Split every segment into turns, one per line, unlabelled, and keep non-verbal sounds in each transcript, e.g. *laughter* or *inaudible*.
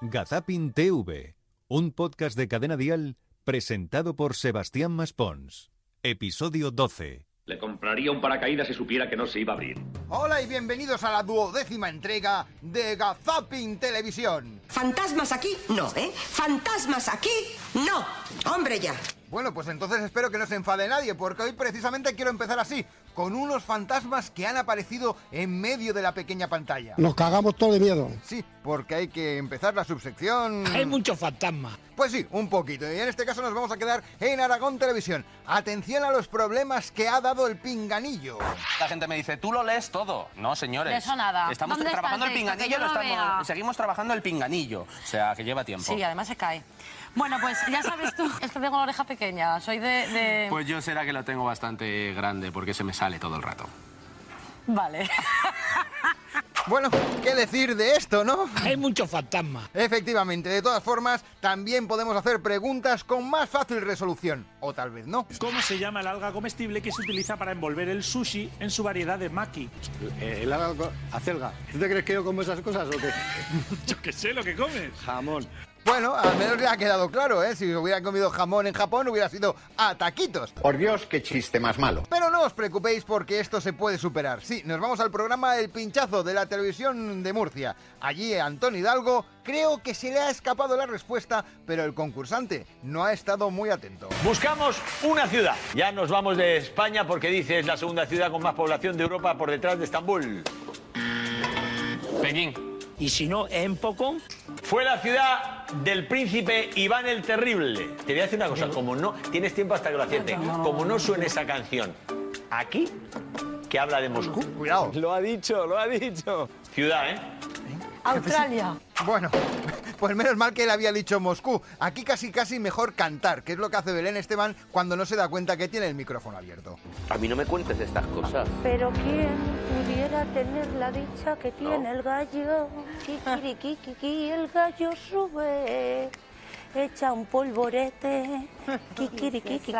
Gazapin TV, un podcast de cadena dial presentado por Sebastián Maspons. Episodio 12.
Le compraría un paracaídas si supiera que no se iba a abrir.
Hola y bienvenidos a la duodécima entrega de Gazapin Televisión.
Fantasmas aquí no, ¿eh? Fantasmas aquí no. Hombre ya.
Bueno, pues entonces espero que no se enfade nadie, porque hoy precisamente quiero empezar así, con unos fantasmas que han aparecido en medio de la pequeña pantalla.
Nos cagamos todo de miedo.
Sí, porque hay que empezar la subsección...
Hay muchos fantasmas.
Pues sí, un poquito. Y en este caso nos vamos a quedar en Aragón Televisión. Atención a los problemas que ha dado el pinganillo.
La gente me dice, tú lo lees todo. No, señores.
Eso nada.
Estamos
¿Dónde
trabajando el
está el texto? Que
pinganillo,
yo
lo
no
estamos-
vea.
seguimos trabajando el pinganillo. O sea, que lleva tiempo.
Sí, además se cae. Bueno, pues ya sabes tú, es que tengo la oreja pequeña, soy de... de-
Pues yo será que lo tengo bastante grande porque se me sale todo el rato.
Vale.
Bueno, ¿qué decir de esto, no?
Hay muchos fantasmas.
Efectivamente, de todas formas, también podemos hacer preguntas con más fácil resolución. O tal vez no.
¿Cómo se llama el alga comestible que se utiliza para envolver el sushi en su variedad de maki?
Eh, El alga acelga. ¿Tú te crees que yo como esas cosas o qué?
Yo qué sé lo que comes.
Jamón.
Bueno, al menos le ha quedado claro, ¿eh? Si hubiera comido jamón en Japón hubiera sido a taquitos.
Por Dios, qué chiste más malo.
Pero no os preocupéis porque esto se puede superar. Sí, nos vamos al programa El Pinchazo de la televisión de Murcia. Allí Antonio Hidalgo creo que se le ha escapado la respuesta, pero el concursante no ha estado muy atento.
Buscamos una ciudad. Ya nos vamos de España porque dice es la segunda ciudad con más población de Europa por detrás de Estambul.
Pekín.
Y si no, es en poco.
Fue la ciudad del príncipe Iván el Terrible. Te voy a decir una cosa, como no, tienes tiempo hasta que lo acierte, como no suene esa canción aquí, que habla de Moscú.
Cuidado.
Lo ha dicho, lo ha dicho. Ciudad, ¿eh?
Australia.
Bueno, *laughs* pues menos mal que le había dicho Moscú. Aquí casi casi mejor cantar, que es lo que hace Belén Esteban cuando no se da cuenta que tiene el micrófono abierto.
A mí no me cuentes estas cosas.
Pero quién pudiera tener la dicha que tiene el gallo. Kikirikiki, el gallo sube, echa un polvorete. Kikirikiki,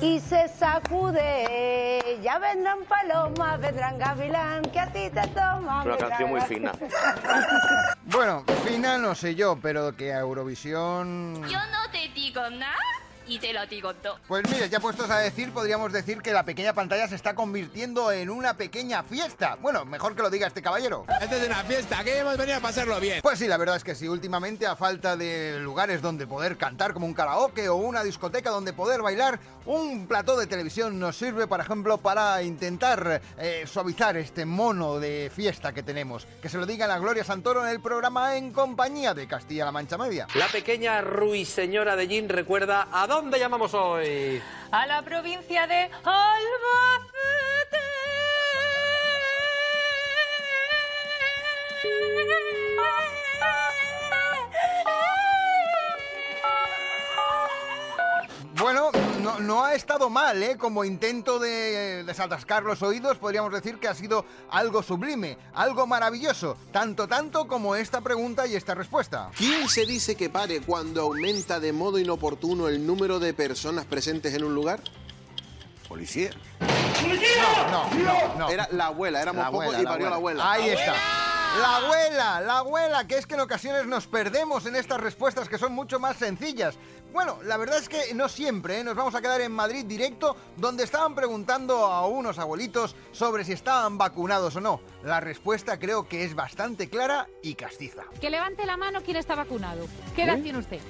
Y se sacude, ya vendrán palomas, vendrán gavilán, que a ti te toman. Una canción muy fina.
Bueno, fina no sé yo, pero que a Eurovisión...
no te digo nada y te lo digo todo.
Pues mire, ya puestos a decir, podríamos decir que la pequeña pantalla se está convirtiendo en una pequeña fiesta. Bueno, mejor que lo diga este caballero.
Esta es una fiesta, que hemos venido a pasarlo bien.
Pues sí, la verdad es que sí, últimamente a falta de lugares donde poder cantar como un karaoke o una discoteca donde poder bailar, un plató de televisión nos sirve, por ejemplo, para intentar eh, suavizar este mono de fiesta que tenemos. Que se lo digan a Gloria Santoro en el programa En Compañía de Castilla-La Mancha Media.
La pequeña ruiseñora de Jin recuerda a dónde
pues,
llamamos hoy.
A la provincia de Albacete.
Bueno, no, no ha estado mal, ¿eh? Como intento de eh, desatascar los oídos, podríamos decir que ha sido algo sublime, algo maravilloso, tanto tanto como esta pregunta y esta respuesta.
¿Quién se dice que pare cuando aumenta de modo inoportuno el número de personas presentes en un lugar? Policía.
No, no, no.
Era la abuela, éramos
La
pocos
abuela,
y
la
parió la abuela.
Ahí está. La abuela, la abuela, que es que en ocasiones nos perdemos en estas respuestas que son mucho más sencillas. Bueno, la verdad es que no siempre, ¿eh? nos vamos a quedar en Madrid directo, donde estaban preguntando a unos abuelitos sobre si estaban vacunados o no. La respuesta creo que es bastante clara y castiza.
Que levante la mano quien está vacunado. ¿Qué edad tiene usted?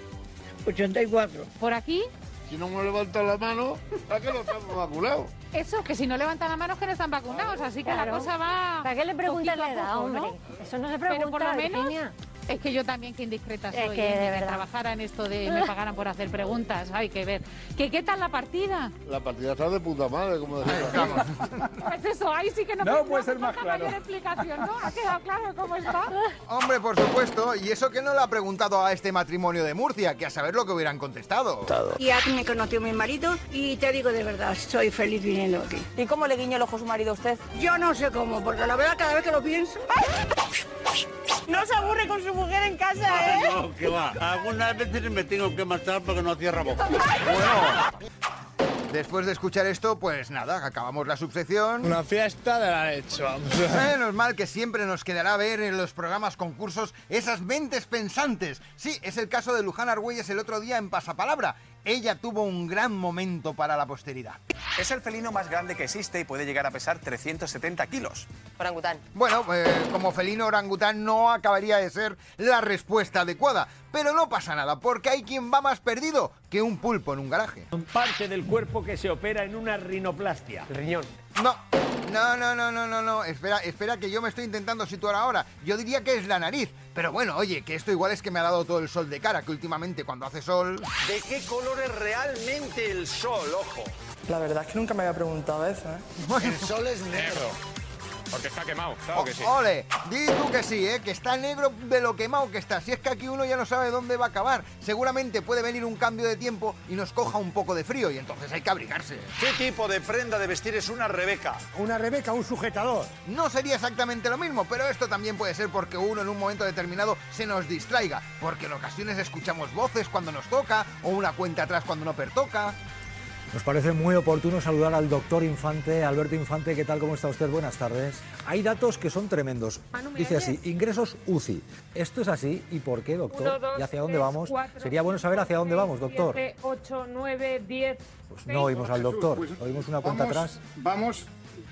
84.
¿Por aquí?
Ah, Si no me levanta la mano, ¿a qué lo estamos vacunados?
Eso, que si no levantan la mano es que no están vacunados, así que la cosa va...
¿Para qué le preguntan
poquito a
la edad,
poco,
hombre?
¿no?
Eso no se pregunta,
Pero por lo menos...
Virginia.
Es que yo también que indiscreta soy.
Es que,
¿eh?
de
me
verdad.
trabajaran esto de me pagaran por hacer preguntas. Hay que ver. ¿Que, ¿Qué tal la partida?
La partida está de puta madre, como decía.
Pues eso, ahí sí que no, no puede ser más claro. mayor explicación, ¿no? ¿Ha quedado claro cómo está?
Hombre, por supuesto, y eso que no le ha preguntado a este matrimonio de Murcia, que a saber lo que hubieran contestado.
Y aquí me conoció mi marido y te digo de verdad, soy feliz viniendo aquí.
¿Y cómo le guiña el ojo a su marido a usted?
Yo no sé cómo, porque la verdad cada vez que lo pienso... *laughs*
No se aburre con su mujer en casa, ¿eh?
*laughs* No, que va. Algunas veces me tengo que matar porque no cierra boca.
Bueno, Después de escuchar esto, pues nada, acabamos la subsección.
Una fiesta de la leche, vamos.
Eh, Menos mal que siempre nos quedará ver en los programas concursos esas mentes pensantes. Sí, es el caso de Luján Argüelles el otro día en Pasapalabra. Ella tuvo un gran momento para la posteridad.
Es el felino más grande que existe y puede llegar a pesar 370 kilos.
Orangután. Bueno, eh, como felino orangután no acabaría de ser la respuesta adecuada. Pero no pasa nada, porque hay quien va más perdido que un pulpo en un garaje.
Parte del cuerpo que se opera en una rinoplastia. El riñón.
No, no, no, no, no, no, no. Espera, espera, que yo me estoy intentando situar ahora. Yo diría que es la nariz. Pero bueno, oye, que esto igual es que me ha dado todo el sol de cara, que últimamente cuando hace sol.
¿De qué color es realmente el sol, ojo?
La verdad es que nunca me había preguntado eso, ¿eh?
El sol es negro. Porque está quemado, claro que sí.
Ole, di tú que sí, ¿eh? que está negro de lo quemado que está. Si es que aquí uno ya no sabe dónde va a acabar. Seguramente puede venir un cambio de tiempo y nos coja un poco de frío y entonces hay que abrigarse.
¿Qué tipo de prenda de vestir es una rebeca?
Una rebeca, un sujetador. No sería exactamente lo mismo, pero esto también puede ser porque uno en un momento determinado se nos distraiga. Porque en ocasiones escuchamos voces cuando nos toca o una cuenta atrás cuando no pertoca.
Nos parece muy oportuno saludar al doctor Infante, Alberto Infante, ¿qué tal? ¿Cómo está usted? Buenas tardes. Hay datos que son tremendos.
Manu, ¿me
Dice
oyes?
así, ingresos UCI. ¿Esto es así y por qué, doctor?
Uno, dos,
¿Y hacia dónde
tres,
vamos?
cuatro,
Sería bueno saber hacia dónde vamos, doctor.
7, 8, 9, 10. Pues
No oímos al doctor, oímos una cuenta atrás.
pues, Vamos.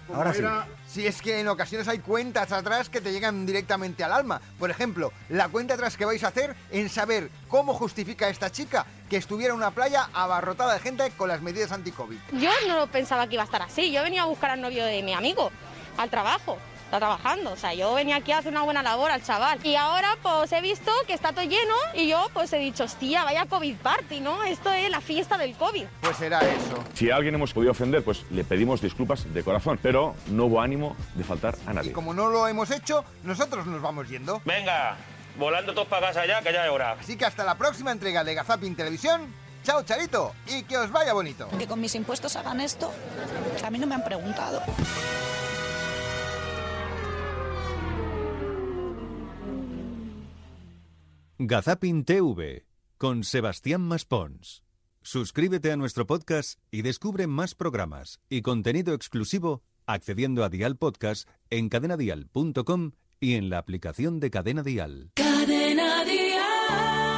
como Ahora sí. era-
Si es que en ocasiones hay cuentas atrás que te llegan directamente al alma. Por ejemplo, la cuenta atrás que vais a hacer en saber cómo justifica esta chica que estuviera en una playa abarrotada de gente con las medidas anti-COVID.
Yo no pensaba que iba a estar así. Yo venía a buscar al novio de mi amigo, al trabajo. Está trabajando. O sea, yo venía aquí a hacer una buena labor al chaval. Y ahora, pues he visto que está todo lleno y yo, pues he dicho, hostia, vaya COVID party, ¿no? Esto es la fiesta del COVID.
Pues era eso.
Si a alguien hemos podido ofender, pues le pedimos disculpas de corazón, pero no hubo ánimo de faltar a nadie.
Como no lo hemos hecho, nosotros nos vamos yendo.
Venga, volando todos para casa ya, que ya es hora.
Así que hasta la próxima entrega de Gazapin Televisión. Chao, Charito, y que os vaya bonito.
Que con mis impuestos hagan esto, a mí no me han preguntado.
Gazapin TV con Sebastián Maspons. Suscríbete a nuestro podcast y descubre más programas y contenido exclusivo accediendo a Dial Podcast en cadenadial.com y en la aplicación de Cadena Dial.
Cadena Dial.